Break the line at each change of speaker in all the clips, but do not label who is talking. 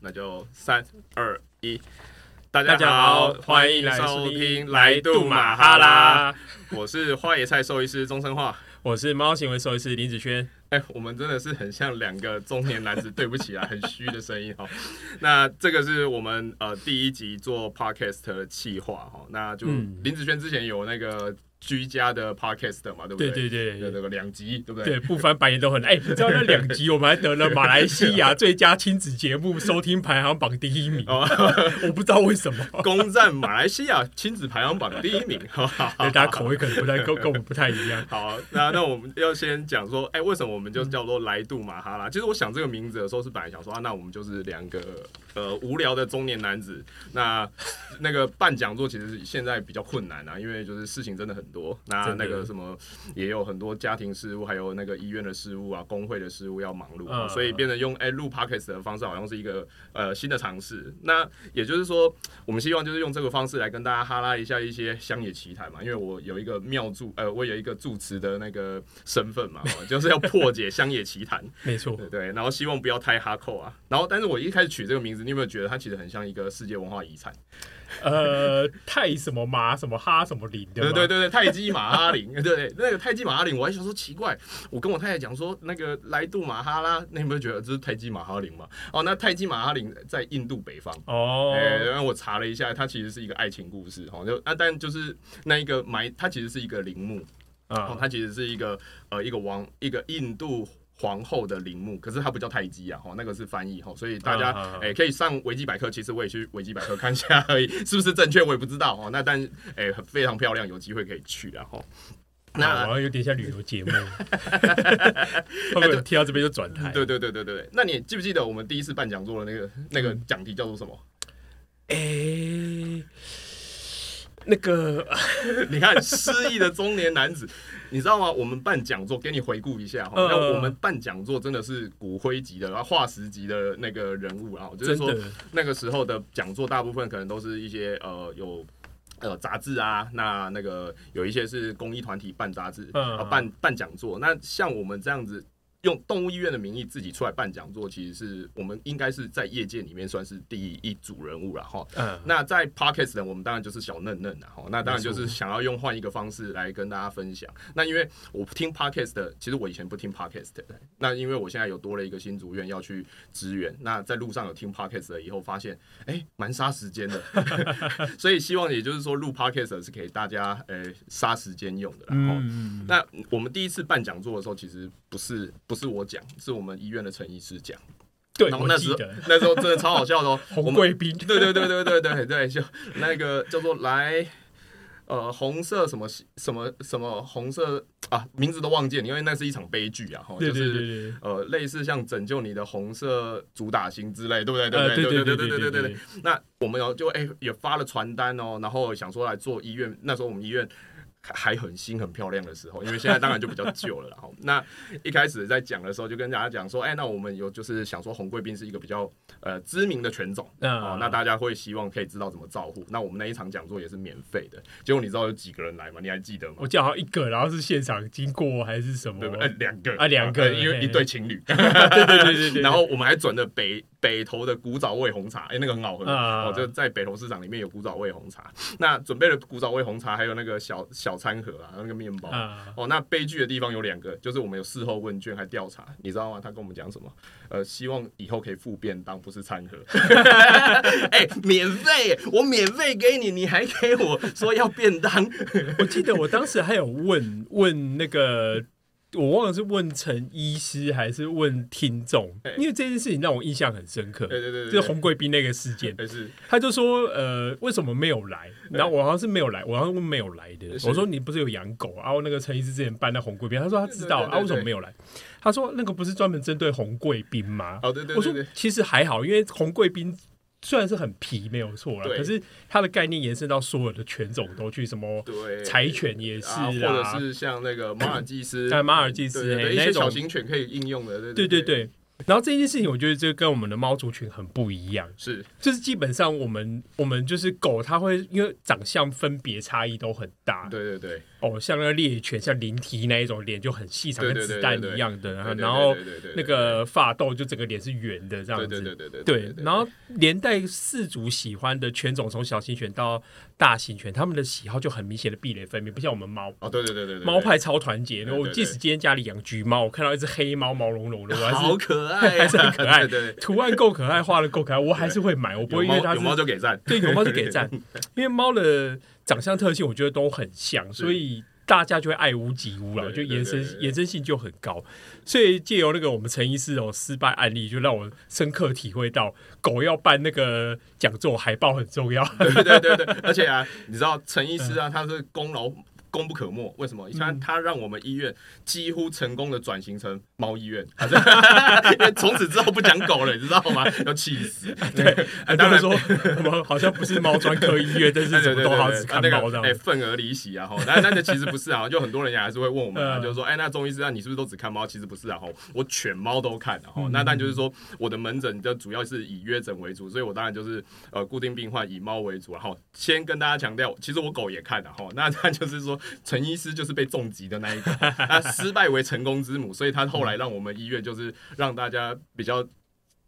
那就三二一，大
大家好，欢迎来
收听
来
来
杜
杜
马
马
哈
哈
啦
啦，，我是花椰菜兽医师钟生化。
我是猫行为兽医师林子轩。
哎、我们真的是很像两个中年男子，对不起啊，很虚的声音哈。那这个是我们呃第一集做 podcast 的企划哈，那就
嗯
林子轩之前有那个居家的 podcast 嘛，对不
对
对？
对对
有那个两集，对不对？
对，不翻白眼都很哎、你知道那两集我们还得了马来西亚 最佳亲子节目收听排行榜第一名，
哦，
我不知道为什么，
攻占马来西亚亲子排行榜第一名，哈哈哈
对大家口味可能不太跟跟我们不太 一样。
好，那那我们要先讲说，哎、为什么我们就叫做来杜马哈拉？其实我想这个名字的时候，是本来想说啊，那我们就是两个呃无聊的中年男子。那那个办讲座其实现在比较困难啊，因为就是事情真的很多。那
真的
那个什么也有很多家庭事务，还有那个医院的事务啊，工会的事务要忙碌，
嗯
所以变得用哎录 podcast 的方式，好像是一个呃新的尝试。那也就是说，我们希望就是用这个方式来跟大家哈拉一下一些乡野奇谈嘛，因为我有一个妙助，呃，我有一个住持的那个身份嘛， 哦就是要破解乡野奇谈，
没错，
对对，然后希望不要太哈扣啊，然后但是我一开始取这个名字，你有没有觉得它其实很像一个世界文化遗产？
呃，泰什么马什么哈什么林的
对
嘛，
对对对，泰姬马哈林，对 对，那个泰姬马哈林，我还想说奇怪，我跟我太太讲说那个来杜马哈拉，那你有没有觉得这是泰姬马哈林嘛？哦，那泰姬马哈林在印度北方。
哦，
哎、然后我查了一下，它其实是一个爱情故事，哦，就啊，但就是那一个埋，它其实是一个陵墓，哦，
啊，
它其实是一个呃一个王一个印度皇后的陵墓，可是它不叫泰姬啊，哦，那个是翻译，哦，所以大家哎、
啊啊啊
可以上维基百科，其实我也去维基百科看一下 而已，是不是正确我也不知道哦，那但哎、非常漂亮，有机会可以去啊，哦，那
那好像啊有点像旅游 节目，会不会听到这边就转台？
哎对对对对对对，那你记不记得我们第一次办讲座的那个那
嗯
个讲题叫做什么？
哎，那个啊
你看失忆的中年男子，你知道吗？我们办讲座，给你回顾一下哈。哦
嗯
那我们办讲座真的是骨灰级的，然后化石级的那个人物啊，就是
真
说
的
那个时候的讲座，大部分可能都是一些呃有。呃，杂志啊，那那个有一些是公益团体办杂志，
嗯
啊、办办讲座。那像我们这样子，用动物医院的名义自己出来办讲座，其实是我们应该是在业界里面算是第一组人物了哈。
嗯，
那在 Pockets 呢，我们当然就是小嫩嫩啦，哈，那当然
没错
就是想要用换一个方式来跟大家分享。那因为我听 Pockets 的，其实我以前不听 Pockets 的，那因为我现在有多了一个新组院要去支援，那在路上有听 Pockets 的以后，发现哎，蛮、杀时间 的，所以希望也就是说录 Pockets 的是给大家呃杀时间用的啦，然后、
嗯，
那我们第一次办讲座的时候，其实不是不是我讲，是我们医院的陈医师讲。
对，
然后
我
那
记
时候
得
那时候真的超好笑 的哦，我
红
们
贵宾，
对对对对对对对，就那个叫做来，呃，红色什么什么什么红色啊，名字都忘记了，因为那是一场悲剧啊，吼
对
就
对对
是。
对，
呃，类似像拯救你的红色主打星之类，对不对？对
呃
不对？
对
对对
对对
对
对
对对。那我们有就哎、也发了传单哦，然后想说来做医院，那时候我们医院还还很新很漂亮的时候，因为现在当然就比较旧了啦。然后 那一开始在讲的时候，就跟大家讲说，哎、那我们有就是想说红贵宾是一个比较呃知名的犬种，哦，那大家会希望可以知道怎么照护。那我们那一场讲座也是免费的，结果你知道有几个人来吗？你还记得吗
我？记得好像一个，然后是现场经过还是什么？
对不对？哎两个
啊两个
因为
嘿
一对情侣，
对对对对对，
然后我们还转了北北投的古早味红茶，哎，那个很好喝，
啊
哦，就在北投市场里面有古早味红茶。那准备了古早味红茶，还有那个小小餐盒啊，那个面包。
啊，
哦，那悲剧的地方有两个，就是我们有事后问卷还调查，你知道吗？他跟我们讲什么？呃，希望以后可以付便当，不是餐盒。 哎、免费，我免费给你，你还给我说要便当？
我记得我当时还有问问那个。我忘了是问陈医师还是问听众
哎，
因为这件事情让我印象很深刻。
对对对对对
就是红贵宾那个事件，
还是
他就说呃为什么没有来？然后我好像是没有来，我好像问没有来的。
是
我说你不是有养狗？然后那个陈医师之前搬到红贵宾，他说他知道，
对对对
啊为什么
对
没有来？他说那个不是专门针对红贵宾吗？
哦，对对
我
对
说
对，
其实还好，因为红贵宾虽然是很皮没有错啦，
对
可是它的概念延伸到所有的犬种都去，什么
对
柴。犬也是
啊，或者
啦，
是像那个马尔济斯
哎，马尔济斯
对对对
哎
一
那
些
种
小型犬可以应用的，对
对
对
对对。然后这件事情，我觉得这跟我们的猫族群很不一样，
是
就是基本上我们我们就是狗，它会因为长相分别差异都很大，
对对对，
哦，像那猎犬，像灵缇那一种脸就很细长，
对
跟
对
子
对
弹
对
一样的，然后
对对
然后
对对对对
那个发豆就整个脸是圆的这样
对
子，
对对对对
对，然后连带饲主喜欢的犬种，从小型犬到大型犬，他们的喜好就很明显的壁垒分明，不像我们猫。
哦，对对对对对，
猫派超团结，
对
我
对
即使今天家里养橘猫，我看到一只黑猫毛茸茸的，我还
好
是
可爱啊，
还是很可爱，
对对对，
图案够可爱，画的够可爱，我还是会买，我不会因为
有猫
它是
有猫就给 赞，
对有猫就给赞，因为猫的长相特性我觉得都很像，所以大家就会爱屋及乌了，
对
就
对
延伸
对对对
延伸性就很高。所以借由那个我们陈医师哦失败案例，就让我深刻体会到狗要办那个讲座海报很重要。
对对对对，而且啊，你知道陈医师啊，他是功劳功不可没，为
嗯
什么？他他让我们医院几乎成功的转型成猫医 院， 啊这因为从此之后不讲狗了，你知道吗？要气 死！对，
很多
啊当
人
然
说我们好像不是猫专科医院，但 是
对
怎么
对
都
对
好
对
只看
啊
猫
那
这
个
样
哎，。份额离席啊哈，但但那其实不是啊，就很多人也还是会问我们啊，
嗯
就是说，哎，那中医师啊，你是不是都只看猫？其实不是啊哈，我犬猫都看啊
嗯
哈。那但就是说，我的门诊就主要是以约诊为主，所以我当然就是呃固定病患以猫为主啊哈。先跟大家强调，其实我狗也看的、啊、哈。那但就是说，陈医师就是被重击的那一个，那失败为成功之母，所以他后来让我们医院就是让大家比较，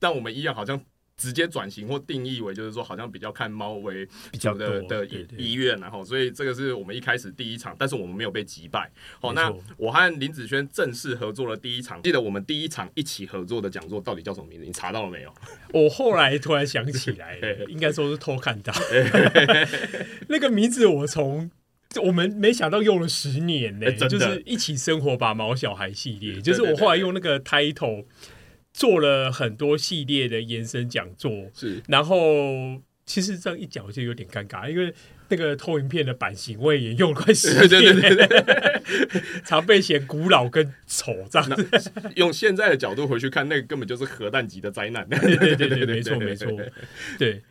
让我们医院好像。直接转型或定义为，就是说，好像比较看猫为
比较
主的
多
的
对
医
对
医院啊，然后所以这个是我们一开始第一场，但是我们没有被击败。好，
没
那
错
我和林子轩正式合作了第一场，记得我们第一场一起合作的讲座到底叫什么名字？你查到了 没有？
我后来突然想起来
对，
应该说是偷看 到那个名字，我从。我们没想到用了十年呢、
哎真的
就是一起生活吧毛小孩系列，
对
就是我后来用那个 title 做了很多系列的延伸讲座，
是
然后其实这样一讲我就有点尴尬，因为那个投影片的版型我也用了快十 年，
对对对
常被嫌古老跟丑这样子，
用现在的角度回去看，那个根本就是核弹级的灾难。
对对对对，没错没错，对。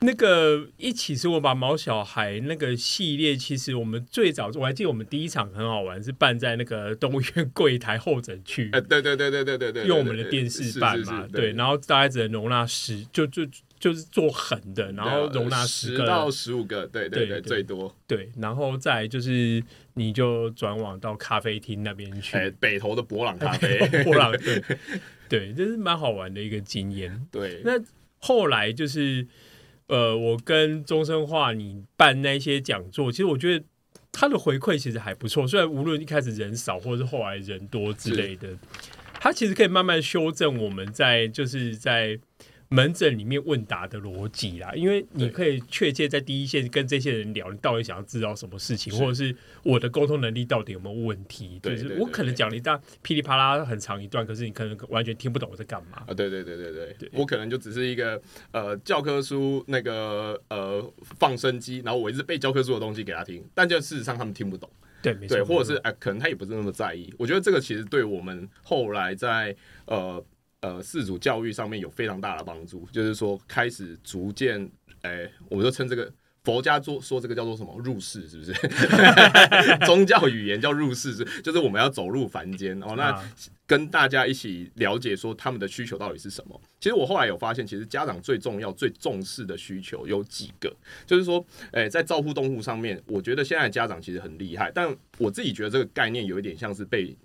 那个一起是我把毛小孩那个系列，其实我们最早我还记得我们第一场很好玩，是办在那个动物医院柜台候诊区，
哎，对对对对对对对，
用我们的电视办嘛，对，然后大概只能容纳十，就就就是做横的，然后容纳
十
个人
到十五个，对对
对
对，
对
最 多。
对，然后再来就是你就转往到咖啡厅那边去，
哎，北投的博朗咖 啡，
波浪对对，这是蛮好玩的一个经验。
对，
那后来就是，呃，我跟钟生化你办那些讲座，其实我觉得他的回馈其实还不错。虽然无论一开始人少，或是后来人多之类的，他其实可以慢慢修正我们在就是在门诊里面问答的逻辑啦。因为你
对
可以确切在第一线跟这些人聊，你到底想要知道什么事情，
是
或者是我的沟通能力到底有没有问题。就
对
是
对
我
对
可能
对
讲了一大噼里啪啦很长一段，可是你可能完全听不懂我在干嘛。
啊，对对对对对，
对
我可能就只是一个呃教科书那个呃放生机，然后我一直背教科书的东西给他听，但就事实上他们听不懂，
对，没错，
对，或者
没
是哎、可能他也不是那么在意。我觉得这个其实对我们后来在呃呃四主教育上面有非常大的帮助，就是说开始逐渐，哎、我们就称这个。佛家做说这个叫做什么入世，是不是？ 宗教语言叫入世，是就是我们要走入凡间哦。
错
那
啊
跟大家一起了解说他们的需求到底是什么。其实我后来有发现，其实家长最重要、最重视的需求有几个，就是说，诶、在照顾动物上面，我觉得现在的家长其实很厉害，但我自己觉得这个概念有一点像是被。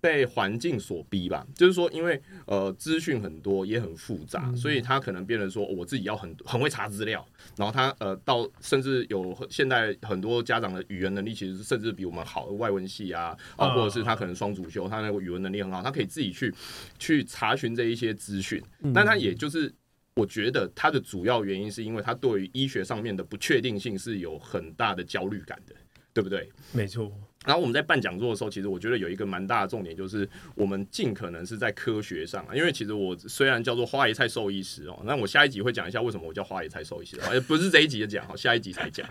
被环境所逼吧，就是说，因为呃，资讯很多，也很复杂，所以他可能变成说，哦我自己要很很会查资料，然后他呃，到甚至有现在很多家长的语言能力其实甚至比我们好，外文系啊，啊，
啊
或者是他可能双主修，他那个语文能力很好，他可以自己去去查询这一些资讯，但他也就是。我觉得他的主要原因是因为他对于医学上面的不确定性是有很大的焦虑感的，对不对？
没错，
然后我们在办讲座的时候，其实我觉得有一个蛮大的重点，就是我们尽可能是在科学上啊，因为其实我虽然叫做花椰菜兽医师哦，那我下一集会讲一下为什么我叫花椰菜兽医师，而不是这一集的讲哦，下一集才讲。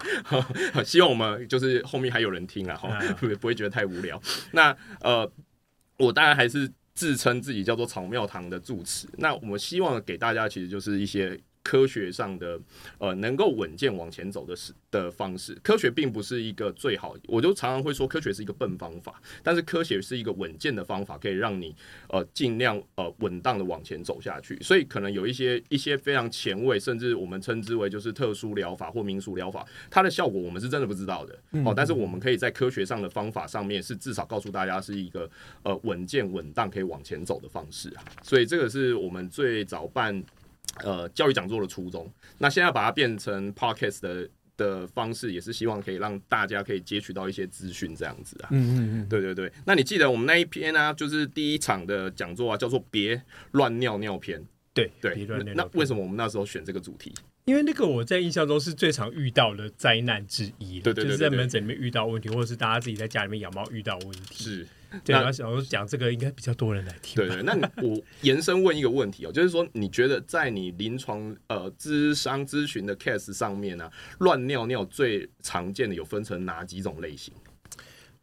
希望我们就是后面还有人听啊，哈
嗯，
不不会觉得太无聊。那呃，我当然还是自称自己叫做草庙堂的住持。那我们希望给大家其实就是一些。科学上的呃能够稳健往前走的是的方式。科学并不是一个最好，我就常常会说科学是一个笨方法，但是科学是一个稳健的方法，可以让你呃尽量呃稳当的往前走下去。所以可能有一些一些非常前卫，甚至我们称之为就是特殊疗法或民俗疗法，它的效果我们是真的不知道的哦。但是我们可以在科学上的方法上面，是至少告诉大家是一个呃稳健稳当可以往前走的方式啊。所以这个是我们最早办呃教育讲座的初衷。那现在把它变成 podcast 的的方式，也是希望可以让大家可以接取到一些资讯这样子啊。
嗯嗯
对对对，那你记得我们那一篇呢、就是第一场的讲座啊，叫做“别乱尿尿篇”。
对
对
别乱，
那
尿尿
那为什么我们那时候选这个主题？
因为那个我在印象中是最常遇到的灾难之一了，
对对对
就是在
对对
门诊里面遇到问题，或者是大家自己在家里面养猫遇到问题。
是
对，
那
然后想说讲这个应该比较多人来听
对
吧。
对，那你我延伸问一个问题哦，就是说你觉得在你临床呃咨商咨询的 case 上面呢、啊，乱尿尿最常见的有分成哪几种类型？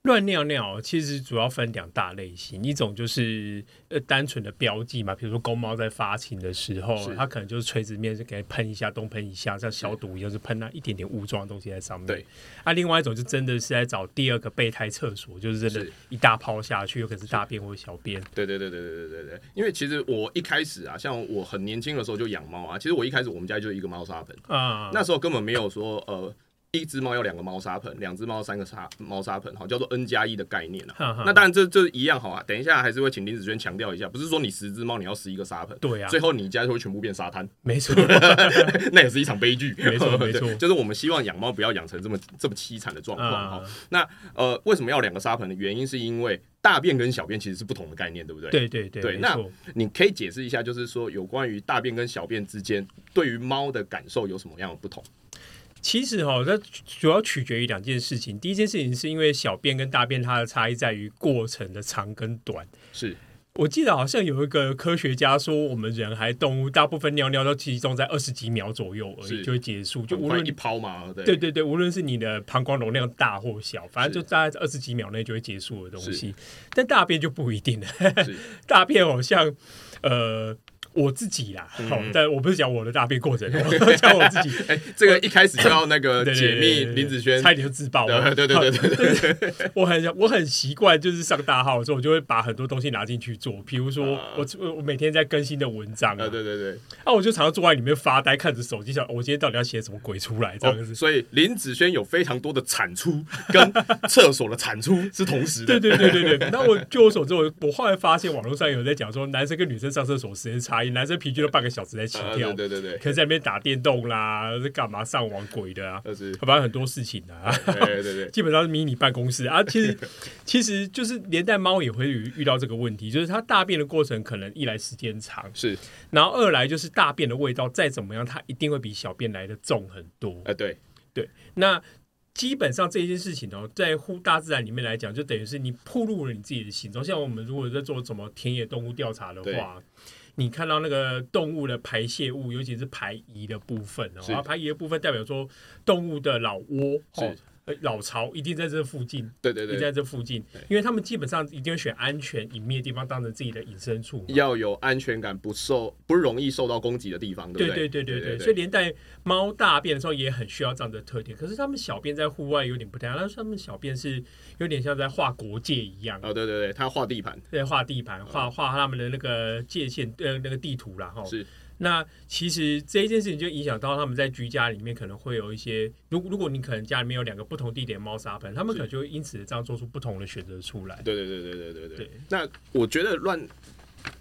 乱尿尿其实主要分两大类型，一种就是呃单纯的标记嘛，比如说公猫在发情的时候
是，
它可能就是垂直面就给它喷一下，东喷一下，像消毒一样，就喷那一点点雾状的东西在上面。
对。
啊，另外一种就真的是在找第二个备胎厕所，就是真的
是，
一大泡下去，有可能是大便或小便。
对对对对对对对对，因为其实我一开始啊，像我很年轻的时候就养猫啊，其实我一开始我们家就一个猫砂盆，
啊、
那时候根本没有说呃。一只猫要两个猫砂盆，两只猫三个砂猫砂盆，好，叫做 N 加一的概念啊。
哈哈
那当然这这一样好啊。等一下还是会请林子轩强调一下，不是说你十只猫你要十一个砂盆，
对啊
最后你家就会全部变沙滩。
没错，
那也是一场悲剧，
没 错没错
对就是我们希望养猫不要养成这么这么凄惨的状况哈、
嗯
那呃，为什么要两个沙盆的原因是因为大便跟小便其实是不同的概念，对不对？，
对对对，
对
没
那
错。
你可以解释一下，就是说有关于大便跟小便之间对于猫的感受有什么样的不同？
其实哈、它主要取决于两件事情。第一件事情是因为小便跟大便它的差异在于过程的长跟短。
是
我记得好像有一个科学家说，我们人还动物大部分尿尿都集中在二十几秒左右而
是
已就会结束，就
很
无
快
论
一抛嘛，对
对对对，无论是你的膀胱容量大或小，反正就大概在二十几秒内就会结束的东西。但大便就不一定了，
是
大便好像呃我自己啦，
嗯
好、但我不是讲我的大 便过程，我讲我自己。
哎、这个一开始就要那个
对对
解密
对对对
林子轩。
差一点就自爆了。
对对对对对 对，
我很我很习惯，就是上大号之后，我就会把很多东西拿进去做，比如说
啊
我我我每天在更新的文章啊
呃，，对对对，
啊，我就常常坐在里面发呆，看着手机，想哦我今天到底要写什么鬼出来这样
哦，
子。
所以林子轩有非常多的产出跟厕所的产出是同时的
对，对对对对，那我据我所知，我我后来发现网络上有人在讲说，男生跟女生上厕所时间差异，男生平均都半个小时在起
啊
跳，
对对对
可
对，
能在那边打电动啦，是干嘛上网鬼的啊，
就是
反正很多事情啊。
对对对，
基本上是迷你办公室啊。其实其实就是连带猫也会遇遇到这个问题，就是它大便的过程可能一来时间长，
是，
然后二来就是大便的味道再怎么样，它一定会比小便来的重很多。
呃，对，
那基本上这一件事情哦，在乎大自然里面来讲，就等于是你暴露了你自己的行踪。像我们如果在做什么田野动物调查的
对
话，你看到那个动物的排泄物，尤其是排遗的部分哦，
是
然后排遗的部分代表说动物的老窝哦
是，
呃老巢一定在这附近。
对对
就在
对，
这附近
对，
因为他们基本上一定会选安全隐秘的地方当成自己的隐身处嘛。
要有安全感，不受不容易受到攻击的地方，
对
不
对
对
对对对，
对
所以连带猫大便的时候也很需要这样的特点。可是他们小便在户外有点不太一样，但是他们小便是有点像在画国界一样，
哦，对对对，他画地盘
在画地盘、画画他们的那个界限呃那个地图啦哈。
是
那其实这一件事情就影响到他们在居家里面可能会有一些，如如果你可能家里面有两个不同地点猫砂盆，他们可能就会因此这样做出不同的选择出来。
对对对对对对对
对。
那我觉得乱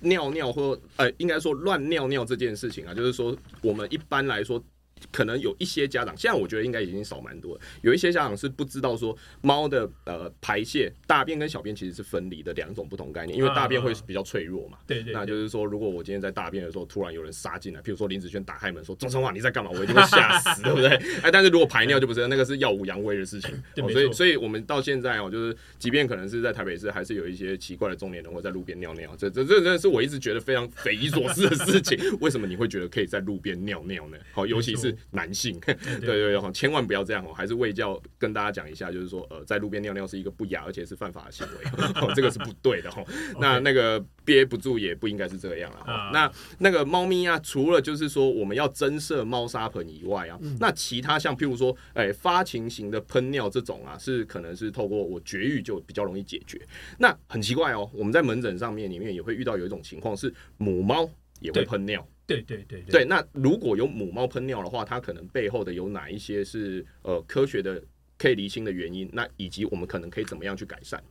尿尿或呃，应该说乱尿尿这件事情啊，就是说我们一般来说。可能有一些家长，现在我觉得应该已经少蛮多了。有一些家长是不知道说猫的呃排泄、大便跟小便其实是分离的两种不同概念，因为大便会比较脆弱嘛。
对对对
那就是说，如果我今天在大便的时候，突然有人杀进来，譬如说林子轩打开门说：“钟成华，你在干嘛？”我一定会吓死， 对不对？哎，但是如果排尿就不是，那个是耀武扬威的事情。
对
哦、
没
所以，
错
所以我们到现在哦，就是即便可能是在台北市，还是有一些奇怪的中年人会在路边尿尿。这这这真 的是我一直觉得非常匪夷所思的事情。为什么你会觉得可以在路边尿尿呢？好、尤其是是男性，对 对对，哦千万不要这样哦。还是卫教跟大家讲一下，就是说呃，在路边尿尿是一个不雅而且是犯法的行为，哦这个是不对的哦。那那个憋不住也不应该是这样了、哦
啊
那那个猫咪啊，除了就是说我们要增设猫砂盆以外啊，
嗯
那其他像譬如说，哎、发情型的喷尿这种啊，是可能是透过我绝育就比较容易解决。那很奇怪哦，我们在门诊上面里面也会遇到有一种情况是母猫也会
对
喷尿。
对对对
对，那如果有母猫喷尿的话，它可能背后的有哪一些是呃科学的可以厘清的原因？那以及我们可能可以怎么样去改善？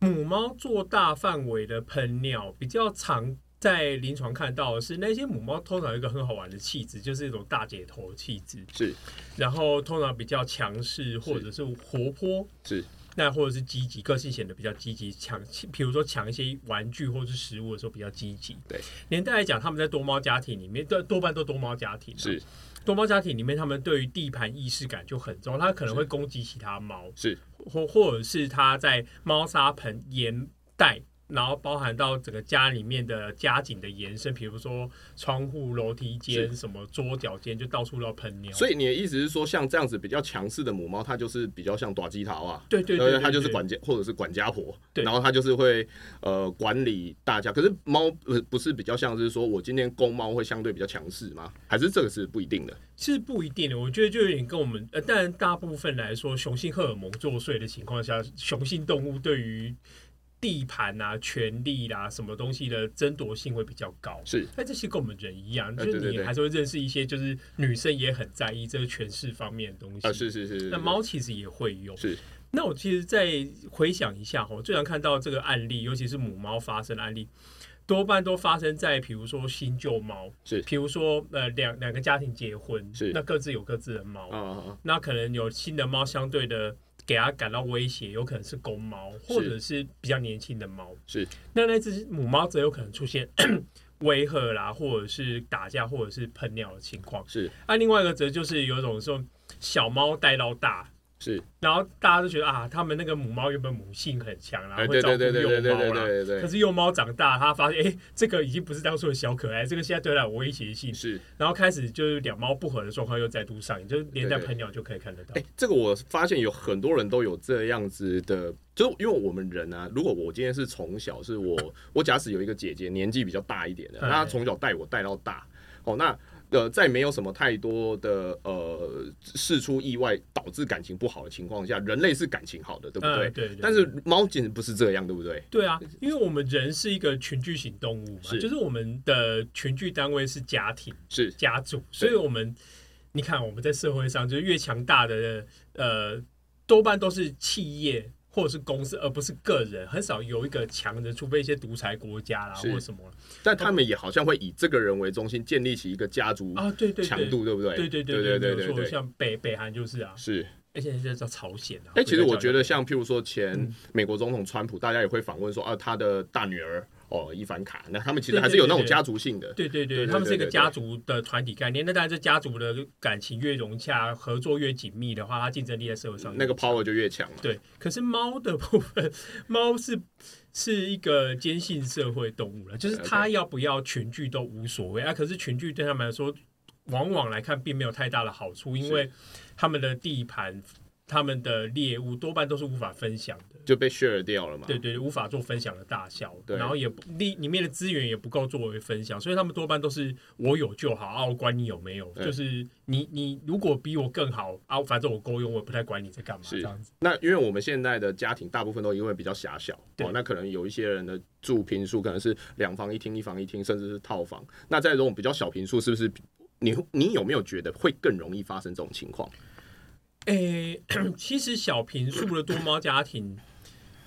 母猫做大范围的喷尿，比较常在临床看到的是，那些母猫通常有一个很好玩的气质，就是一种大姐头气质，
是
然后通常比较强势或者是活泼，
是
那或者是积极，个性显得比较积极，抢，比如说抢一些玩具或是食物的时候比较积极。
对，
年代来讲，他们在多猫家庭里面，多多半都多猫家庭、
是，
多猫家庭里面，他们对于地盘意识感就很重，它可能会攻击其他猫。
是
或或者是它在猫砂盆沿带，然后包含到整个家里面的家景的延伸，比如说窗户、楼梯间、
是
什么桌角间，就到处都要喷尿。
所
以
以你的意思是说，像这样子比较强势的母猫，它就是比较像短鸡桃啊？
对对对对
它就是
对
管家或者是管家婆，
对
然后它就是会呃管理大家。可是猫不不是比较像是说我今天公猫会相对比较强势吗？还是这个是不一定的？
是不一定的，我觉得就有点跟我们呃，但大部分来说，雄性荷尔蒙作祟的情况下，雄性动物对于地盘啊、权力啦、什么东西的争夺性会比较高。
是
那这些跟我们人一样，
呃
就是
对对
你
对
还是会认识一些，就是女生也很在意这个权势方面的东西。
啊，是是是是，
那猫其实也会有。
是
那我其实再回想一下哈，我最常看到这个案例，尤其是母猫发生的案例，多半都发生在比如说新旧猫，
是
比如说呃两两个家庭结婚，
是
那各自有各自的猫，
啊啊啊
那可能有新的猫相对的给它感到威胁，有可能是公猫或者是比较年轻的猫，
是
那那只母猫则有可能出现 威吓啦，或者是打架，或者是喷尿的情况。
是
那、另外一个则就是有一种说小猫带到大，
是，
然后大家都觉得啊，他们那个母猫原本母性很强啦，
哎，
啊会
对
照顾
对对对对
幼
对
猫
对
啦。
对对
可
对，
是幼猫长大，它发现哎，这个已经不是当初的小可爱，这个现在对它有威胁性，
是
然后开始就是两猫不和的状况又再度上演，就是连带
对对
喷尿就可以看得到
哎、。这个我发现有很多人都有这样子的，就是因为我们人啊，如果我今天是从小是我，我假使有一个姐姐年纪比较大一点的，
哎
那她从小带我带到大，哦，那呃，在没有什么太多的呃事出意外导致感情不好的情况下，人类是感情好的，对不对？
嗯对对
但是猫简直不是这样，对不对？
对啊，因为我们人是一个群居型动物嘛，
是
就是我们的群居单位是家庭、
是
家族，所以我们你看我们在社会上就是越强大的呃，多半都是企业或者是公司，而不是个人，很少有一个强人，除非一些独裁国家啦
是
或什么啦
但他们也好像会以这个人为中心建立起一个家族
啊，对对
强
对。
度，对不对？
对对
对对
对没有
对
错，
对，
像北北韩就是啊，
是。
而且现在叫朝鲜啊。
哎、其实我
不要叫
觉
北
得，
韩
像譬如说
嗯
前美国总统川普，大家也会访问说啊，他的大女儿哦伊凡卡，那他们其实
对
还是有那种
对对
家族性的，
对对
对对
对，他们是一个
对对
家族的团体概念。那当然，这家族的感情越融洽，合作越紧密的话，它竞争力在社会上
那个 power 就越强嘛。
对。可是猫的部分， 猫是是一个坚信社会动物了，就是它
OK
要不要群聚都无所谓啊。可是群聚对他们来说，往往来看并没有太大的好处，因
是
为他们的地盘、他们的猎物多半都是无法分享的。
就被 share 掉了嘛。
对对，无法做分享的大小，
啊对
然后也不里里面的资源也不够作为分享，所以他们多半都是我有就好啊，我管你有没有，
对
就是你你如果比我更好啊，反正我够用，我也不太管你在干嘛这
是
样子。
那因为我们现在的家庭大部分都因为比较狭小，
对
哦，那可能有一些人的住平数可能是两房一厅、一房一厅，甚至是套房。那在这种比较小平数，是不是你你有没有觉得会更容易发生这种情况？
诶、 其实小平数的多猫家庭，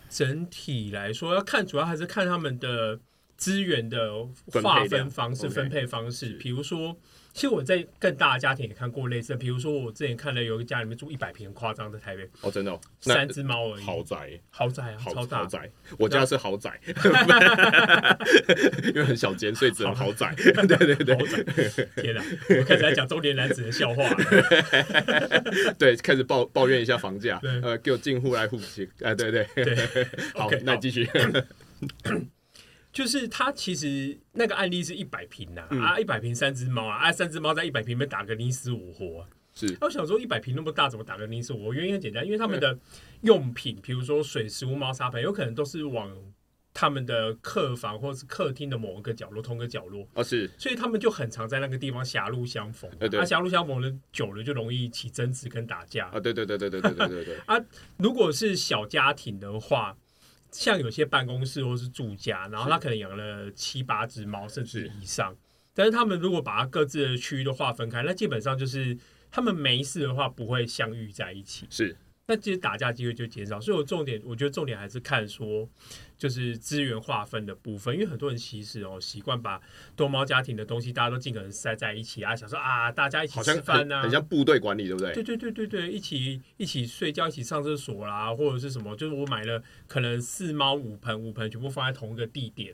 整体来说要看，主要还是看他们的资源的
分配
划分
量
方式、
OK
分配方式。比如说，其实我在更大的家庭也看过类似的，比如说我之前看了有一个家里面住一百平，很夸张的台北，
哦，真的、哦，那
三只猫而已，
豪宅。
豪宅啊，
豪
超大
豪。宅，我家是豪 宅，因为很小间，所以只能豪宅。对对对，
豪宅，天哪！我开始在讲中年男子的笑 话了。
对，开始抱抱怨一下房价
对，
呃，给我进户来户籍，哎、对对，
对
呃 好
OK，
那
好
继续，
就是它其实那个案例是一百瓶呐、啊，
嗯
一百瓶三只猫啊，啊，三只猫在一百瓶里面打个你死我活、啊。
是
我想说一百瓶那么大，怎么打个你死我活？原因很简单，因为
嗯
他们的用品，比如说水、食物、猫砂盆，有可能都是往他们的客房或是客厅的某一个角落、同个角落，
哦是，
所以他们就很常在那个地方狭路相逢。
呃对
啊，狭路相逢的久了就容易起争执跟打架。
啊对对对对对对对对对，
如果是小家庭的话，像有些办公室或是住家，然后他可能养了七八只猫甚至以上，但是他们如果把它各自的区域都划分开，那基本上就是他们没事的话不会相遇在一起，
是
那其实打架机会就减少。所以我重点，我觉得重点还是看说就是资源划分的部分，因为很多人其实哦习惯把多猫家庭的东西大家都尽可能塞在一起啊，想说啊大家一起
好像
吃饭
很
啊，
很像部队管理，对不
对
对？
对对对对，一起一起睡觉，一起上厕所啦，或者是什么，就是我买了可能四猫五盆，五盆全部放在同一个地点。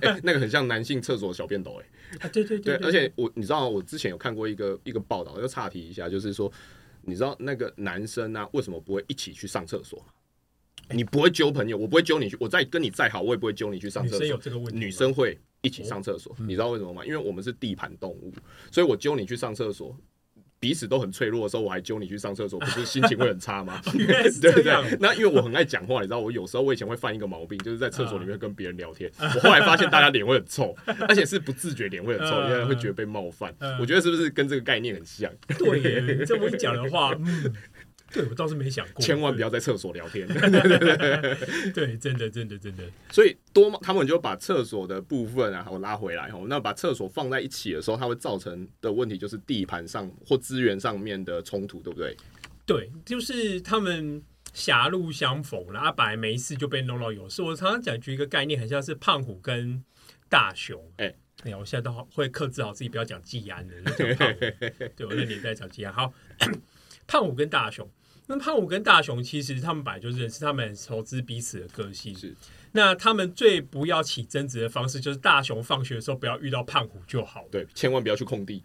哎，那个很像男性厕所小便斗，哎，
啊、对对
对，
对，
而且我你知道，我之前有看过一个一个报道，要岔题一下，就是说，你知道那个男生啊，为什么不会一起去上厕所吗？
哎
你不会揪朋友，我不会揪你去，我再跟你再好，我也不会揪你去上
女
厕
生有
所。
这个问题吗，哦嗯
女生会一起上厕所，你知道为什么吗？因为我们是地盘动物，所以我揪你去上厕所，彼此都很脆弱的时候，我还揪你去上厕所，不是心情会很差吗？
原来是
对
这
对
样，
对，那因为我很爱讲话，你知道，我有时候我以前会犯一个毛病，就是在厕
嗯
所里面跟别人聊天。我后来发现大家脸会很臭，而且是不自觉脸会很臭，
嗯
因为会觉得被冒犯
嗯。
我觉得是不是跟这个概念很像？
对耶，你这么一讲的话，嗯，对我倒是没想过，
千万不要在厕所聊天。
对，真的真的真的，
所以多猫他们就把厕所的部分啊，我拉回来哦。那把厕所放在一起的时候，它会造成的问题就是地盘上或资源上面的冲突，对不对？
对，就是他们。狭路相逢了，啊，本来没事就被弄到有事。我常常讲，举一个概念，很像是胖虎跟大雄。
哎
哎呀，我现在都好会克制好自己，不要讲季安了，就讲胖虎。对我那年代讲季安。好，胖虎跟大雄，那胖虎跟大雄其实他们本来就认识，他们很熟知彼此的个性。
是，
那他们最不要起争执的方式，就是大雄放学的时候不要遇到胖虎就好了。
对，千万不要去空地。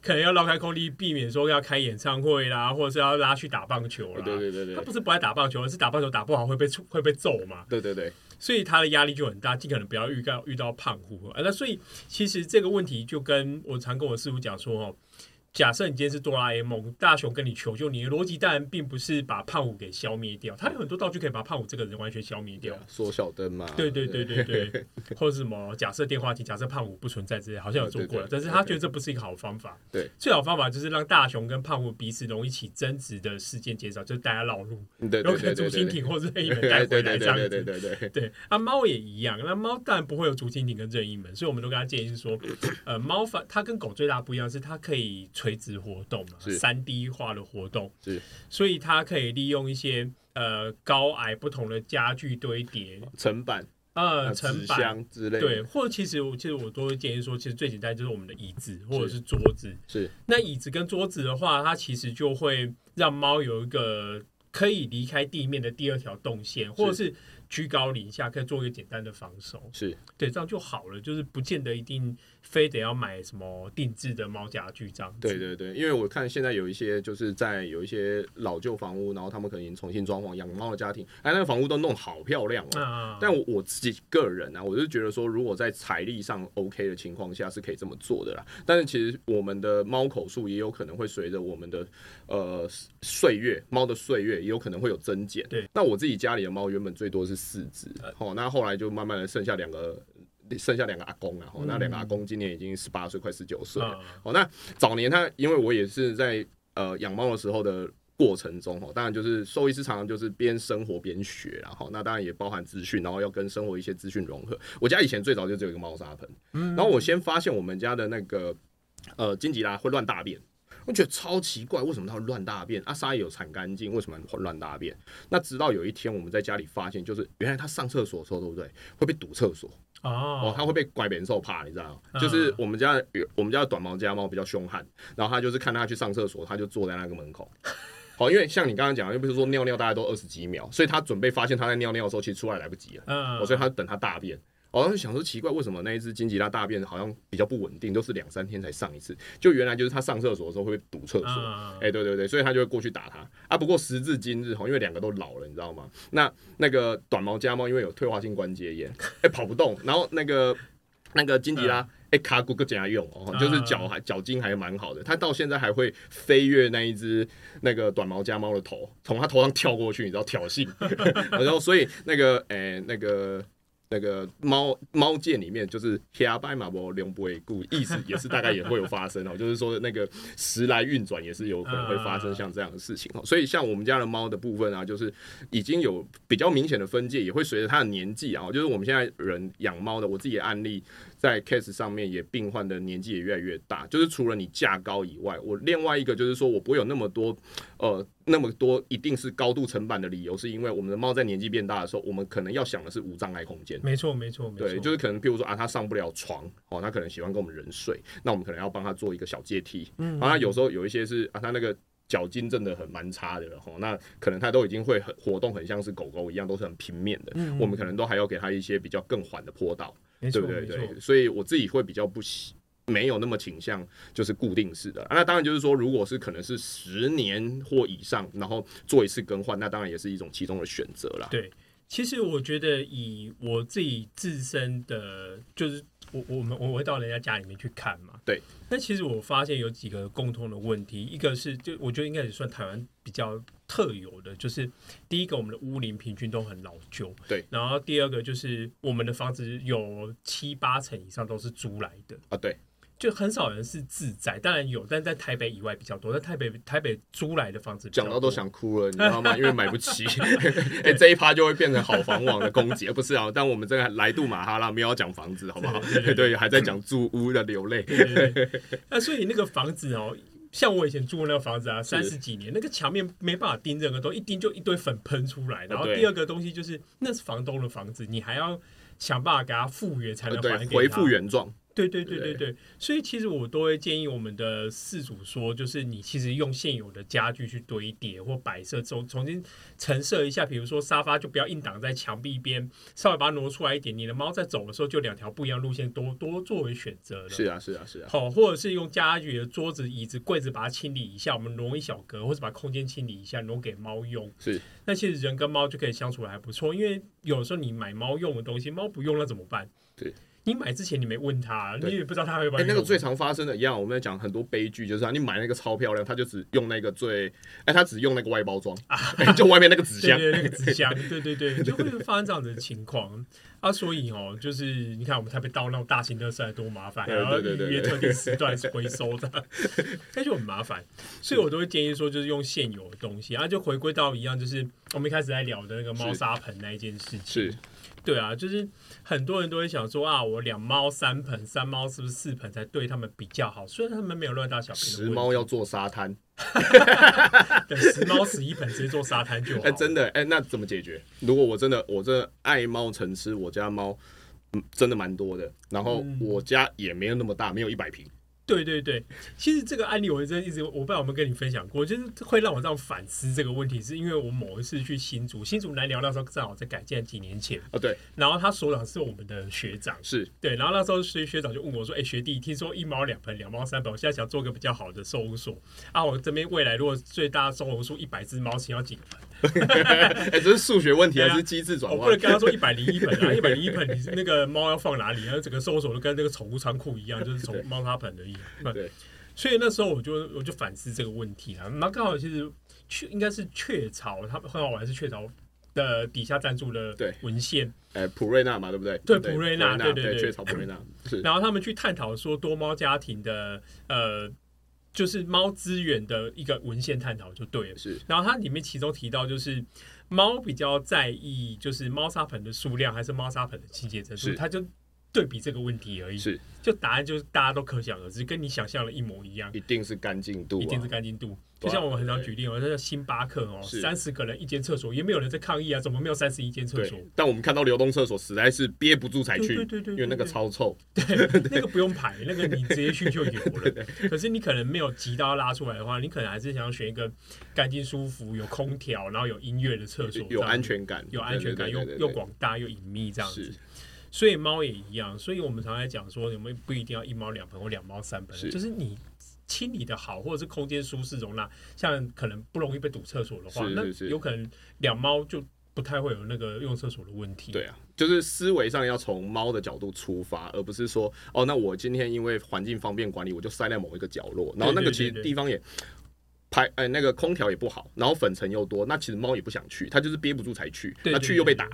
可能要绕开空地，避免说要开演唱会啦，或者是要拉去打棒球啦。
对对对对
啊他不是不爱打棒球，而是打棒球打不好会被出会被揍嘛，
对对对，
所以他的压力就很大，尽可能不要遇到遇到胖虎。啊，那所以其实这个问题就跟我常跟我师傅讲说哦，假设你今天是哆啦 A 梦，大雄跟你求救，你的逻辑当然并不是把胖虎给消灭掉，他有很多道具可以把胖虎这个人完全消灭掉。
缩小灯嘛。
对对对对 对，或者什么假设电话亭，假设胖虎不存在之类，好像有做过了，
对对对
但是他觉得这不是一个好方法。
对，
最好方法就是让大雄跟胖虎彼此容易起争执的事件减少，就是大家绕路，
对对
有
对
可能
对
竹
对
蜻
对。
蜓或者任意门带
对
回
对对
来这
对
样
对对
子。
对对，
对啊，猫也一样。那猫当然不会有竹蜻蜓跟任意门，所以我们都跟他建议是说，呃，猫反它跟狗最大不一样是它可以垂直活动嘛，
是
三 D 化的活动，
是，
所以它可以利用一些呃高矮不同的家具堆叠，
层板、
呃，
啊
层
纸
板
箱之类的，
对，，或者其实我其实我都会建议说，其实最简单就是我们的椅子或者是桌子。
是
那椅子跟桌子的话，它其实就会让猫有一个可以离开地面的第二条动线，或者是居高临下，可以做一个简单的防守。
是
对，这样就好了，就是不见得一定非得要买什么定制的猫家具这样子。
对对对，因为我看现在有一些就是在有一些老旧房屋，然后他们可能已经重新装潢，养猫的家庭，哎，那个房屋都弄好漂亮哦。
啊，
但我我自己个人啊，我就觉得说，如果在财力上 OK 的情况下，是可以这么做的啦。但是其实我们的猫口数也有可能会随着我们的呃岁月，猫的岁月也有可能会有增减。
对，
那我自己家里的猫原本最多是四只，哦，那后来就慢慢的剩下两个，剩下两个阿公了。哦，那两个阿公今年已经十八岁，快十九岁了。
啊
哦，那早年他因为我也是在呃养猫的时候的过程中哦，当然就是兽医师常常就是边生活边学啦，然后那当然也包含资讯，然后要跟生活一些资讯融合。我家以前最早就只有一个猫砂盆，然后我先发现我们家的那个呃金吉拉会乱大便。我觉得超奇怪，为什么它会乱大便？阿沙也有铲干净，为什么会乱大便？那直到有一天我们在家里发现，就是原来它上厕所的时候，对不对？会被堵厕所。哦
哦，，
它会被拐扁兽怕，你知道吗？
嗯
就是我们家有我们家的短毛家猫比较凶悍，然后它就是看它去上厕所，它就坐在那个门口。好，因为像你刚刚讲的，又不是说尿尿大概都二十几秒，所以它准备发现它在尿尿的时候，其实出来来不及了。
嗯，
哦，所以它等它大便。哦，然后想说奇怪，为什么那一只金吉拉大便好像比较不稳定，都是两三天才上一次？就原来就是它上厕所的时候会堵厕所，
啊
哎、对对对，所以他就会过去打他啊。不过时至今日哈，因为两个都老了，你知道吗？那那个短毛家猫因为有退化性关节炎，哎、跑不动，然后那个那个金吉拉。哎，卡骨更加用哦，就是脚还脚筋还蛮好的，它到现在还会飞越那一只那个短毛家猫的头，从它头上跳过去，你知道挑衅， 然后所以那个哎、那个那个猫猫界里面就是黑白马波两不为故，意思也是大概也会有发生哦，就是说那个时来运转也是有可能会发生像这样的事情哦。所以像我们家的猫的部分啊，就是已经有比较明显的分界，也会随着它的年纪啊，就是我们现在人养猫的，我自己的案例在 case 上面也病患的年纪也越来越大，就是除了你价高以外，我另外一个就是说我不会有那么多呃那么多一定是高度成本的理由，是因为我们的猫在年纪变大的时候，我们可能要想的是无障碍空间。
没错没错没错，
对，就是可能，譬如说啊，它上不了床，哦，它可能喜欢跟我们人睡，那我们可能要帮它做一个小阶梯。
嗯
然后它有时候有一些是啊，它那个脚筋真的很蛮差的了，吼、那可能它都已经会很活动，很像是狗狗一样，都是很平面的。
嗯
我们可能都还要给它一些比较更缓的坡道，
没
对
错
不对？
没错
对，所以我自己会比较不喜。没有那么倾向，就是固定式的、啊那当然就是说，如果是可能是十年或以上，然后做一次更换，那当然也是一种其中的选择啦。
对，其实我觉得以我自己自身的，就是我我们我会到人家家里面去看嘛。
对。
那其实我发现有几个共通的问题，一个是就我觉得应该也算台湾比较特有的，就是第一个我们的屋龄平均都很老旧，
对。
然后第二个就是我们的房子有七八成以上都是租来的。
啊，对，
就很少人是自宅，当然有，但在台北以外比较多。在台北，台北租来的房子比较
讲到都
多
想哭了，你知道吗？ 因为买不起。哎、这一趴就会变成好房网的攻击， 不是啊？但我们这个来杜马哈拉没有要讲房子，好不好？
对
对，还在讲住屋的流 泪。
对对对，那所以那个房子哦，像我以前住过那个房子啊，三十几年，那个墙面没办法钉任何东西，一钉就一堆粉喷出来。然
哦
后
对
第二个东西就是，那是房东的房子，你还要想办法给他复原才能
对
还，给
恢
他
复原状。
对对对对
对
对，所以其实我都会建议我们的事主说，就是你其实用现有的家具去堆叠或摆设，重重新陈设一下。比如说沙发就不要硬挡在墙壁边，稍微把它挪出来一点。你的猫在走的时候，就两条不一样路线多多作为选择了。
是啊，是啊，是啊。
好，或者是用家具的桌子、椅子、柜子把它清理一下，我们挪一小格，或者把空间清理一下，挪给猫用。
是，
那其实人跟猫就可以相处的还不错，因为有时候你买猫用的东西，猫不用了怎么办？
对，
你买之前你没问他，
对
你也不知道他会不
哎、
会用。
那个最常发生的一样，我们在讲很多悲剧，就是、啊、你买那个超漂亮，他就只用那个最，哎、他只用那个外包装、哎 就外面那个纸
对
箱。
啊 对那个纸 箱，对对对，就会发生这样子的情况啊。所以哦，就是你看我们台北到那种大型垃圾多麻烦，
对
然后
对对对
预约
对
特定时段是回收 的，那就很麻烦。所以我都会建议说，就是用现有的东西，啊，就回归到一样，就是我们一开始在聊的那个猫
是
砂盆那一件事情。
是，
对啊，就是很多人都会想说啊，我两猫三盆，三猫是不是四盆才对他们比较好？虽然他们没有乱大小便的
时
问题，
髦要做沙滩，
对十猫十一盆直接做沙滩就好。
哎、真的，哎、那怎么解决？如果我真的，我真的爱猫成痴，我家猫、嗯、真的蛮多的，然后
嗯
我家也没有那么大，没有一百平，
对对对，其实这个案例我真的一直我不知道有没有跟你分享过，就是会让我这样反思这个问题，是因为我某一次去新竹，新竹南寮那时候正好在改建几年前，
啊，对，
然后他所长是我们的学长，
是
对，然后那时候学学长就问我说：“哎、学弟，听说一猫两盆，两猫三盆，我现在想做个比较好的收容所啊，我这边未来如果最大收容数一百只猫，请要几个盆？
哎、这是数学问题
对啊
还是机制转
我不
换
能？跟他说一百零一盆啊，一百 零一盆，你那个猫要放哪里？然后整个收容所都跟那个宠物仓库一样，就是宠
对
猫砂盆而已。
对，
所以那时候我就我就反思这个问题啊。那刚好其实雀应该是雀巢，他们很好玩是雀巢的底下赞助的
对
文献，
哎、普瑞纳嘛，对不对？
对普瑞纳对
对
对对嗯
雀巢普瑞纳是
然后他们去探讨说多猫家庭的呃，就是猫资源的一个文献探讨就对了。
是
然后它里面其中提到，就是猫比较在意就是猫砂盆的数量还是猫砂盆的清洁程度，
是
它就对比这个问题而已。
是，
就答案就是大家都可想而知，跟你想象的一模一样。
一定是干净度、啊，
一定是干净度。
对啊
就像我们很常举例哦，那像星巴克哦，
是
三十个人一间厕所，也没有人在抗议啊，怎么没有三十一间厕所
对？，但我们看到流动厕所实在是憋不住才去，
对对对对对
因为那个
对
超臭，
那个不 用排，那个你直接去就有了。可是你可能没有急到要拉出来的话，你可能还是想要选一个干净舒服、有空调，然后有音乐的厕所，
有
这样
安全感，
有安全感，
对
又
对对对
又广大又隐秘这样
是
子。所以猫也一样，所以我们常在讲说，你们不一定要一猫两盆或两猫三盆，啊
是
就是你清理的好，或者是空间舒适容纳，像可能不容易被堵厕所的话，
是是是
那有可能两猫就不太会有那个用厕所的问题。
对啊，就是思维上要从猫的角度出发，而不是说哦，那我今天因为环境方便管理，我就塞在某一个角落，然后那个
对对
其实
对对
地方也排呃那个空调也不好，然后粉尘又多，那其实猫也不想去，它就是憋不住才去，
对
那
对
去又被
对
打，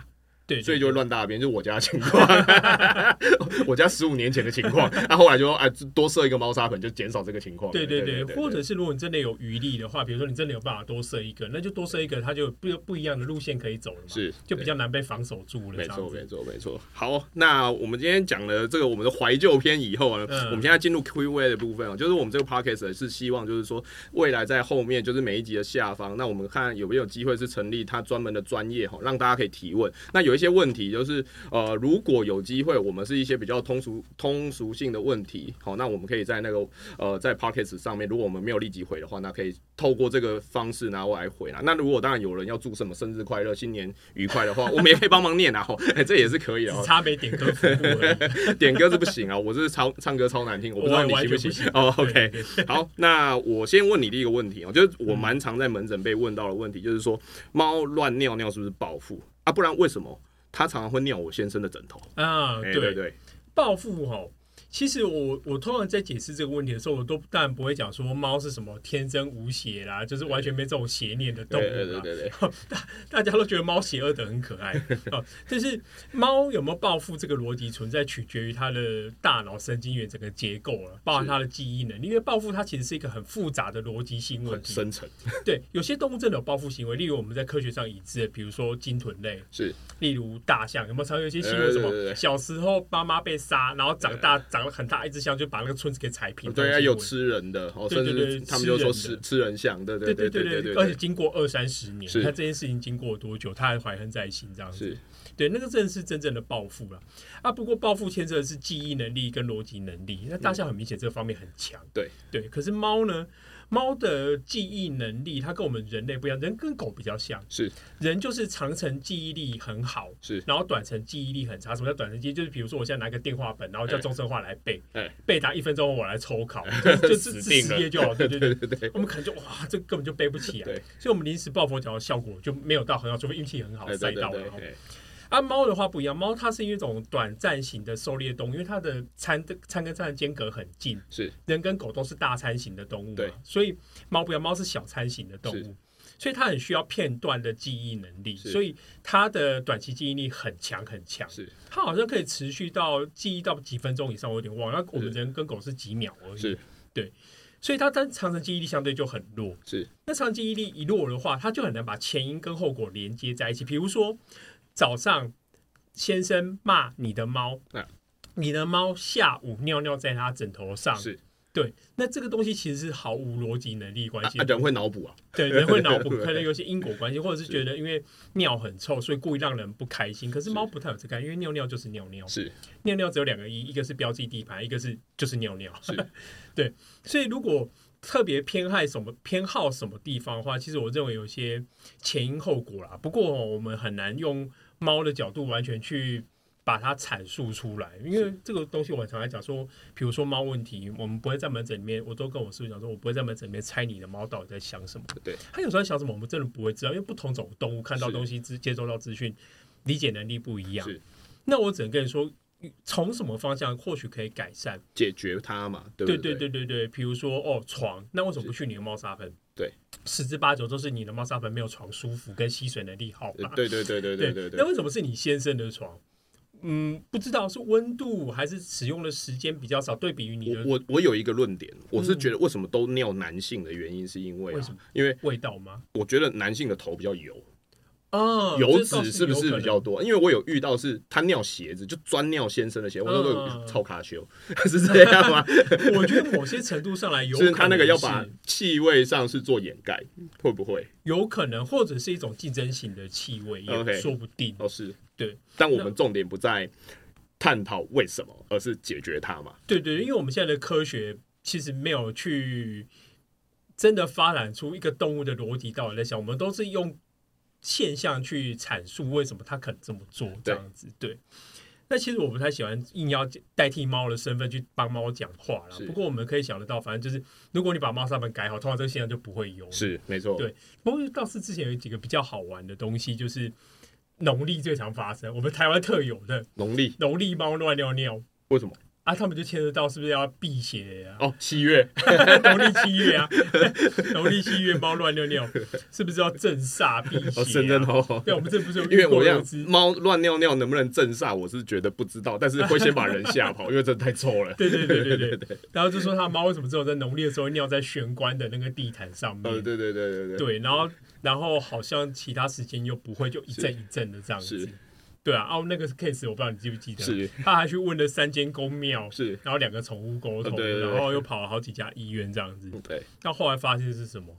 对，
所以就
对
会乱大便，就是我家的情况， 我家十五年前的情况，那、后来就哎多设一个猫砂盆，就减少这个情况了，
对
对
对对，或者是如果你真的有余力的话，比如说你真的有办法多设一个，那就多设一个，它就有不不一样的路线可以走了嘛，
是
就比较难被防守住了。
没
这
错，
样
没
子。
错，没错。好，那我们今天讲了这个我们的怀旧篇以后呢，啊
嗯
我们现在进入 Q&A 的部分啊，就是我们这个 podcast 是希望就是说未来在后面就是每一集的下方，那我们看有没有机会是成立它专门的专业哈，让大家可以提问。那有一些问题就是呃，如果有机会，我们是一些比较通俗通俗性的问题，好，那我们可以在那个呃在 podcast 上面，如果我们没有立即回的话，那可以透过这个方式然后来回啦。那如果当然有人要祝什么生日快乐、新年愉快的话，我们也可以帮忙念啊，吼 哎这也是可以的哦
只。差没点歌服务而已。
点歌是不行啊，我这是超唱歌超难听，我不知道你行
我完全不
行
行。
哦，OK、
对
o k 好，那我先问你第一个问题哦，就是我蛮常在门诊被问到的问题，就是说猫乱尿尿是不是报复啊？不然为什么它常常会尿我先生的枕头？
啊，
哎
对，
对，
报复吼。其实我我通常在解释这个问题的时候，我都当然不会讲说猫是什么天生无邪啦，就是完全没这种邪念的动物
对
啦。
对对对 对，
大家都觉得猫邪恶的很可爱哦，但是猫有没有报复这个逻辑存在，取决于它的大脑神经元整个结构了，包含它的记忆能力。因为报复它其实是一个很复杂的逻辑性问
很
题。
深沉，
对，有些动物真的有报复行为，例如我们在科学上已知的，比如说鲸豚类，
是
例如大象，有没有常有一些新闻什
对对对
么小时候妈妈被杀，然后长大长了很大一只象就把那个村子给踩平？
对
这种
啊，
新
有
闻。
吃人的哦，甚
对对
至
对
他们就说
吃
吃
人的
吃人像，对对
对
对
对对
对
而且经过二三十年，
是
他这件事情经过多久，他还怀恨在心这样子
是。
对，那个真的是真正的报复了啊！不过报复牵涉的是记忆能力跟逻辑能力，那大象很明显这方面很强。
对
对，可是猫呢？猫的记忆能力，它跟我们人类不一样，人跟狗比较像，
是
人就是长程记忆力很好，
是
然后短程记忆力很差。什么叫短程记忆？就是比如说我现在拿个电话本，然后叫
哎
钟声话来背，
哎
背答一分钟我来抽 考，就就
死
是
定了
十页就好。对对对
对，对对，
我们可能就哇，这根本就背不起来
对，
所以我们临时抱佛脚的效果就没有到很好，除非运气很好
哎
塞
对
到
对
了
对，
哦。
哎
啊，猫的话不一样，猫它是一种短暂型的狩猎动物，因为它的餐的餐跟餐的间隔很近，
是
人跟狗都是大餐型的动物
对
嘛，所以猫不一样，猫是小餐型的动
是
物。所以它很需要片段的记忆能力，
是
所以它的短期记忆力很强很强。
是
它好像可以持续到记忆到几分钟以上，我有点忘了。那我们
是
人跟狗是几秒而已，
是
对，所以它它长程记忆力相对就很弱。
是
那长期记忆力一弱的话，它就很难把前因跟后果连接在一起。比如说，早上先生骂你的猫，
嗯
你的猫下午尿尿在他枕头上，
是，
对，那这个东西其实是毫无逻辑能力关
啊
系
啊，人会脑补啊，
对，人会脑补，
对
可能有些因果关系，或者是觉得因为尿很臭，所以故意让人不开心。可是猫不太有这个概念，因为尿尿就是尿尿，
是
尿尿只有两个意义，一个是标记地盘，一个是就是尿尿。
是
对，所以如果特别偏爱什么偏好什么地方的话，其实我认为有一些前因后果啦。不过、哦、我们很难用猫的角度完全去把它阐述出来，因为这个东西我很常来讲说，比如说猫问题，我们不会在门诊里面，我都跟我师傅讲说，我不会在门诊里面猜你的猫到底在想什么。
对，
它有时候在想什么，我们真的不会知道，因为不同种动物看到
是
东西、资接收到资讯、理解能力不一样
是。
那我只能跟你说，从什么方向或许可以改善。
解决它嘛，对
对
不
对对对对，比如说哦床，那为什么不去你的猫砂盆？
对，
十之八九都是你的猫砂盆没有床舒服跟吸水能力好
呃
吧？
对对对对对对
那
对，
为什么是你先生的床？嗯，不知道是温度还是使用的时间比较少，对比于你的
我我我有一个论点，我是觉得为什么都尿男性的原因是因为
为
啊
什么，
因为
味道吗？
我觉得男性的头比较油，
哦，
啊油
这倒
脂是不
有可
是
能
比较多？因为我有遇到是他尿鞋子，就专尿先生的鞋，我那时候有
嗯
超卡修， 是这样吗？
我觉得某些程度上来 有
就
可能
是
是，
他那个要把气味上是做掩盖，会不会？
有可能，或者是一种竞争型的气味，
OK
也说不定。
哦，是
对，
但我们重点不在探讨为什么，而是解决它嘛。
对对，因为我们现在的科学其实没有去真的发展出一个动物的逻辑到底在想，我们都是用现象去阐述为什么它可能这么做这样子。对，那其实我不太喜欢硬要代替猫的身份去帮猫讲话啦
是。
不过我们可以想得到，反正就是如果你把猫砂盆改好，通常这个现象就不会有了。
是没错，
对不过倒是之前有几个比较好玩的东西，就是农历最常发生，我们台湾特有的
农历
农历猫乱尿尿
为什么？
啊，他们就牵涉到是不是要辟邪啊？
哦，七月
农历七月啊，农历七月猫乱尿尿，是不是要镇煞辟
哦，
邪、
深
啊？
圳哦。
对，我们这不是有
因为我嗯
这
想
样子。
猫乱尿尿能不能镇煞，我是觉得不知道，但是会先把人吓跑，因 为真的太臭了。
对对对对对
对对，
然后就说他猫为什么只有在农历的时候尿在玄关的那个地毯上 面？
呃，对对对对对，
对然后然后好像其他时间又不会，就一阵一阵的这样子
是。
对啊，哦，那个 case 我不知道你记不记得，
是
他还去问了三间公庙，
是，
然后两个宠物沟通，
呃对对对嗯
然后又跑了好几家医院这样子。
对，
到后来发现是什么？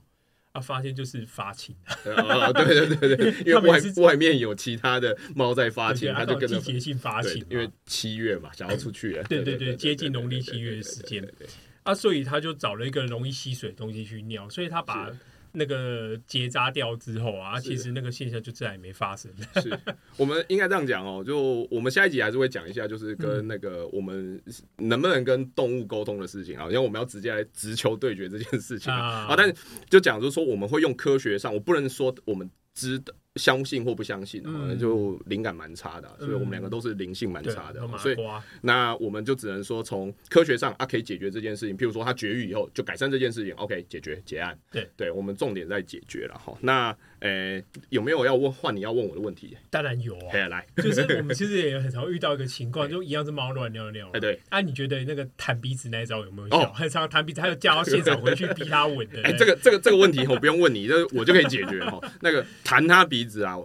啊，发现就是发情，
啊， 对对对对，因为
他们
外
也是
外面有其他的猫在发情，
对
它
啊
就跟着
季。节性发
对
情嘛，，
因为七月嘛，想要出去了。
对对对接近农历七月的时间
对对对
啊，所以他就找了一个容易吸水的东西去尿，所以他把
是
那个结扎掉之后啊，
是
其实那个现象就自然也没发生。
对对是我们应该这样讲哦，就我们下一集还是会讲一下，就是跟那
嗯
个我们能不能跟动物沟通的事情啊，因为我们要直接来直球对决这件事情啊。
啊
啊，但是就讲就是说我们会用科学上，我不能说我们知相信或不相信啊，
嗯
就灵感蛮差的啊、所以我们
嗯
两个都是灵性蛮
对，
差的
都
啊、
麻
所以
瓜，
那我们就只能说从科学上啊可以解决这件事情，譬如说他绝育以后就改善这件事情，OK 解决结案。
对，
对我们重点在解决了哈。那呃有没有要问换你要问我的问题？
当然有啊
嘿，。来，
就是我们其实也很常遇到一个情况，就一样是猫乱尿尿。
哎对，
啊，你觉得那个弹鼻子那一招有没有效？
哦
很常弹鼻子，他就叫到现场回去逼他吻 的。
哎、这个这个这个问题我不用问你，这我就可以解决 哈。那个弹他鼻子啊，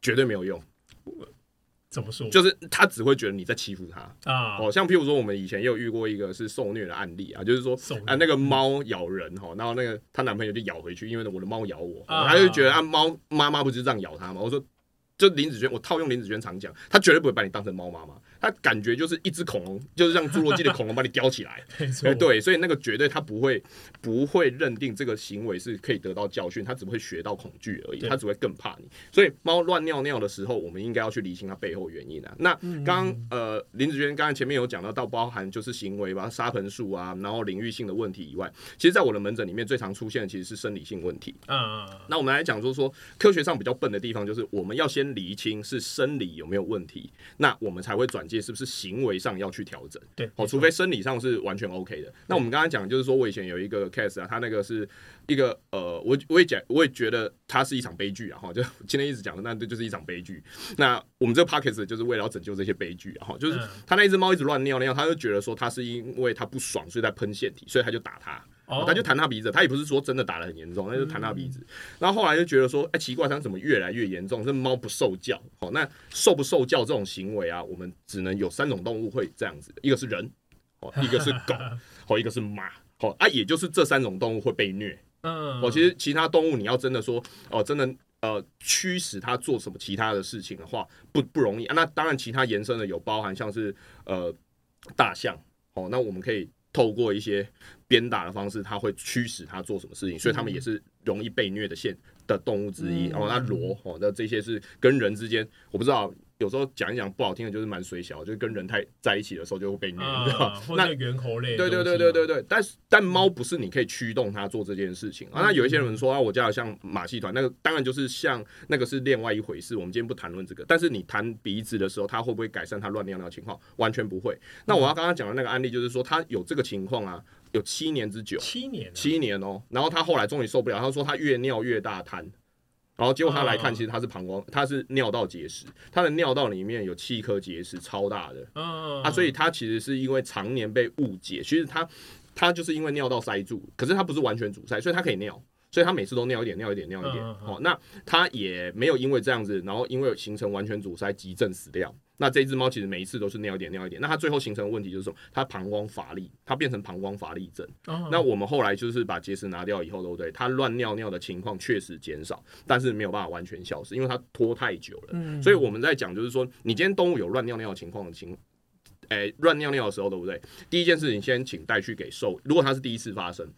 绝对没有用，
怎么说？
就是他只会觉得你在欺负他。
啊，
哦，像譬如说，我们以前也有遇过一个是受虐的案例啊，就是说
受虐
啊，那个猫咬人哈，然后那个她男朋友就咬回去，因为我的猫咬我，
啊
她就觉得啊，猫妈妈不就是这样咬它吗？我说。就林子轩，我套用林子轩常讲，她绝对不会把你当成猫妈妈，她感觉就是一只恐龙，就是像侏罗纪的恐龙把你叼起来，
没错
哎，，对，所以那个绝对他不会不会认定这个行为是可以得到教训，他只会学到恐惧而已，
对
他只会更怕你。所以猫乱尿尿的时候，我们应该要去理清它背后原因啊。那
嗯
刚呃林子轩刚才前面有讲到，到包含就是行为吧，沙盆术啊，然后领域性的问题以外，其实在我的门诊里面最常出现的其实是生理性问题。
啊，
那我们来讲，就是说科学上比较笨的地方，就是我们要先厘清是生理有没有问题，那我们才会转介是不是行为上要去调整。
对，
哦，
没错
除非生理上是完全 OK 的。那我们刚刚讲，就是说我以前有一个 case 啊，他那个是一个呃，我我也讲，我也觉得它是一场悲剧啊，哈，就今天一直讲的，那这就是一场悲剧。那我们这个 p o c k e t 就是为了要拯救这些悲剧啊，哈，就是
嗯
他那一只猫一直乱尿尿，他就觉得说他是因为他不爽，所以在喷腺体，所以他就打他。
哦，
他就弹他鼻子，他也不是说真的打得很严重，他就弹他鼻子。然后后来就觉得说，哎、奇怪，它怎么越来越严重？这猫不受教，哦，那受不受教这种行为啊，我们只能有三种动物会这样子，一个是人，哦，一个是狗，哦，一个是马。哦啊，也就是这三种动物会被虐。
嗯，
哦，其实其他动物你要真的说，哦，真的呃驱使它做什么其他的事情的话，不不容易、啊。那当然，其他延伸的有包含像是呃大象，哦，那我们可以透过一些鞭打的方式，它会驱使它做什么事情，所以它们也是容易被虐的现的动物之一。
嗯
哦，那螺，哦，那这些是跟人之间，我不知道。有时候讲一讲不好听的，就是蛮水小，就是跟人太在一起的时候就会被虐，你知道
啊
吗，
或
那
者猿猴类的
对对对
东西嘛
对对对，但是但猫不是你可以驱动它做这件事情啊。那有一些人说啊，我家有像马戏团，那个当然就是像那个是另外一回事。我们今天不谈论这个，但是你弹鼻子的时候，它会不会改善它乱尿尿的情况？完全不会。那我要刚刚讲的那个案例就是说，他有这个情况啊，有七年之久，
七年啊，
七年哦。然后他后来终于受不了，他说他越尿越大滩。然后结果他来看，
哦
其实他是膀胱，他是尿道结石，他的尿道里面有七颗结石，超大的。
嗯
啊，所以他其实是因为常年被误解，其实他他就是因为尿道塞住，可是他不是完全阻塞，所以他可以尿，所以他每次都尿一点，尿一点，尿一点。
嗯嗯嗯
哦，那他也没有因为这样子，然后因为形成完全阻塞急症死掉。那这只猫其实每一次都是尿一点尿一点，那它最后形成的问题就是什么？它膀胱乏力，它变成膀胱乏力症。
哦
那我们后来就是把结石拿掉以后，对不对？它乱尿尿的情况确实减少，但是没有办法完全消失，因为它拖太久了。
嗯
所以我们在讲，就是说，你今天动物有乱尿尿的情况的情，诶、乱尿尿的时候，对不对？第一件事情，先请带去给兽，如果它是第一次发生，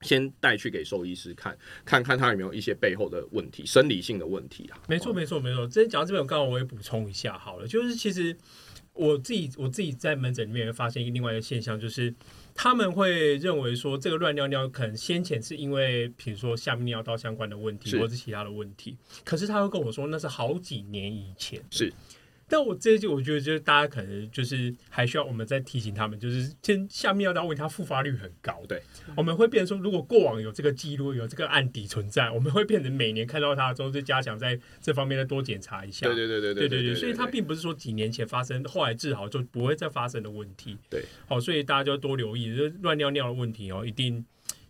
先带去给兽医师看，看看它有没有一些背后的问题，生理性的问题啊。
没错，
哦，
没错，没错。之前讲到这边，我刚好我也补充一下好了，就是其实我自己我自己在门诊里面也发现一个另外一个现象，就是他们会认为说这个乱尿尿可能先前是因为比如说下泌尿道相关的问题，
是
或是其他的问题，可是他会跟我说那是好几年以前。
是，
但我这就我觉得就是大家可能就是还需要我们再提醒他们，就是先下泌尿道问题它复发率很高，
对，
我们会变成说如果过往有这个记录有这个案底存在，我们会变成每年看到它之后就加强在这方面的多检查一下，
对对对对
对
对
对对，所以它并不是说几年前发生，后来治好就不会再发生的问题。
对，
好，所以大家就多留意，就是乱尿尿的问题哦，一定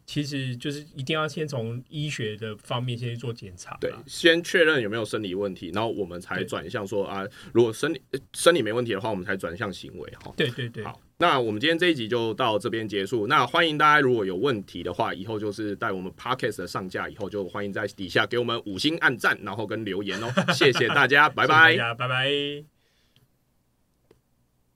其实就是一定要先从医学的方面先去做检查啦。
对，先确认有没有生理问题，然后我们才
对
转向说啊，如果生理呃生理没问题的话，我们才转向行为哈。
对对对，
好，那我们今天这一集就到这边结束。那欢迎大家如果有问题的话，以后就是在我们 podcast 的上架以后，就欢迎在底下给我们五星按赞，然后跟留言哦。谢谢大家，拜
谢谢
拜
大。家拜拜。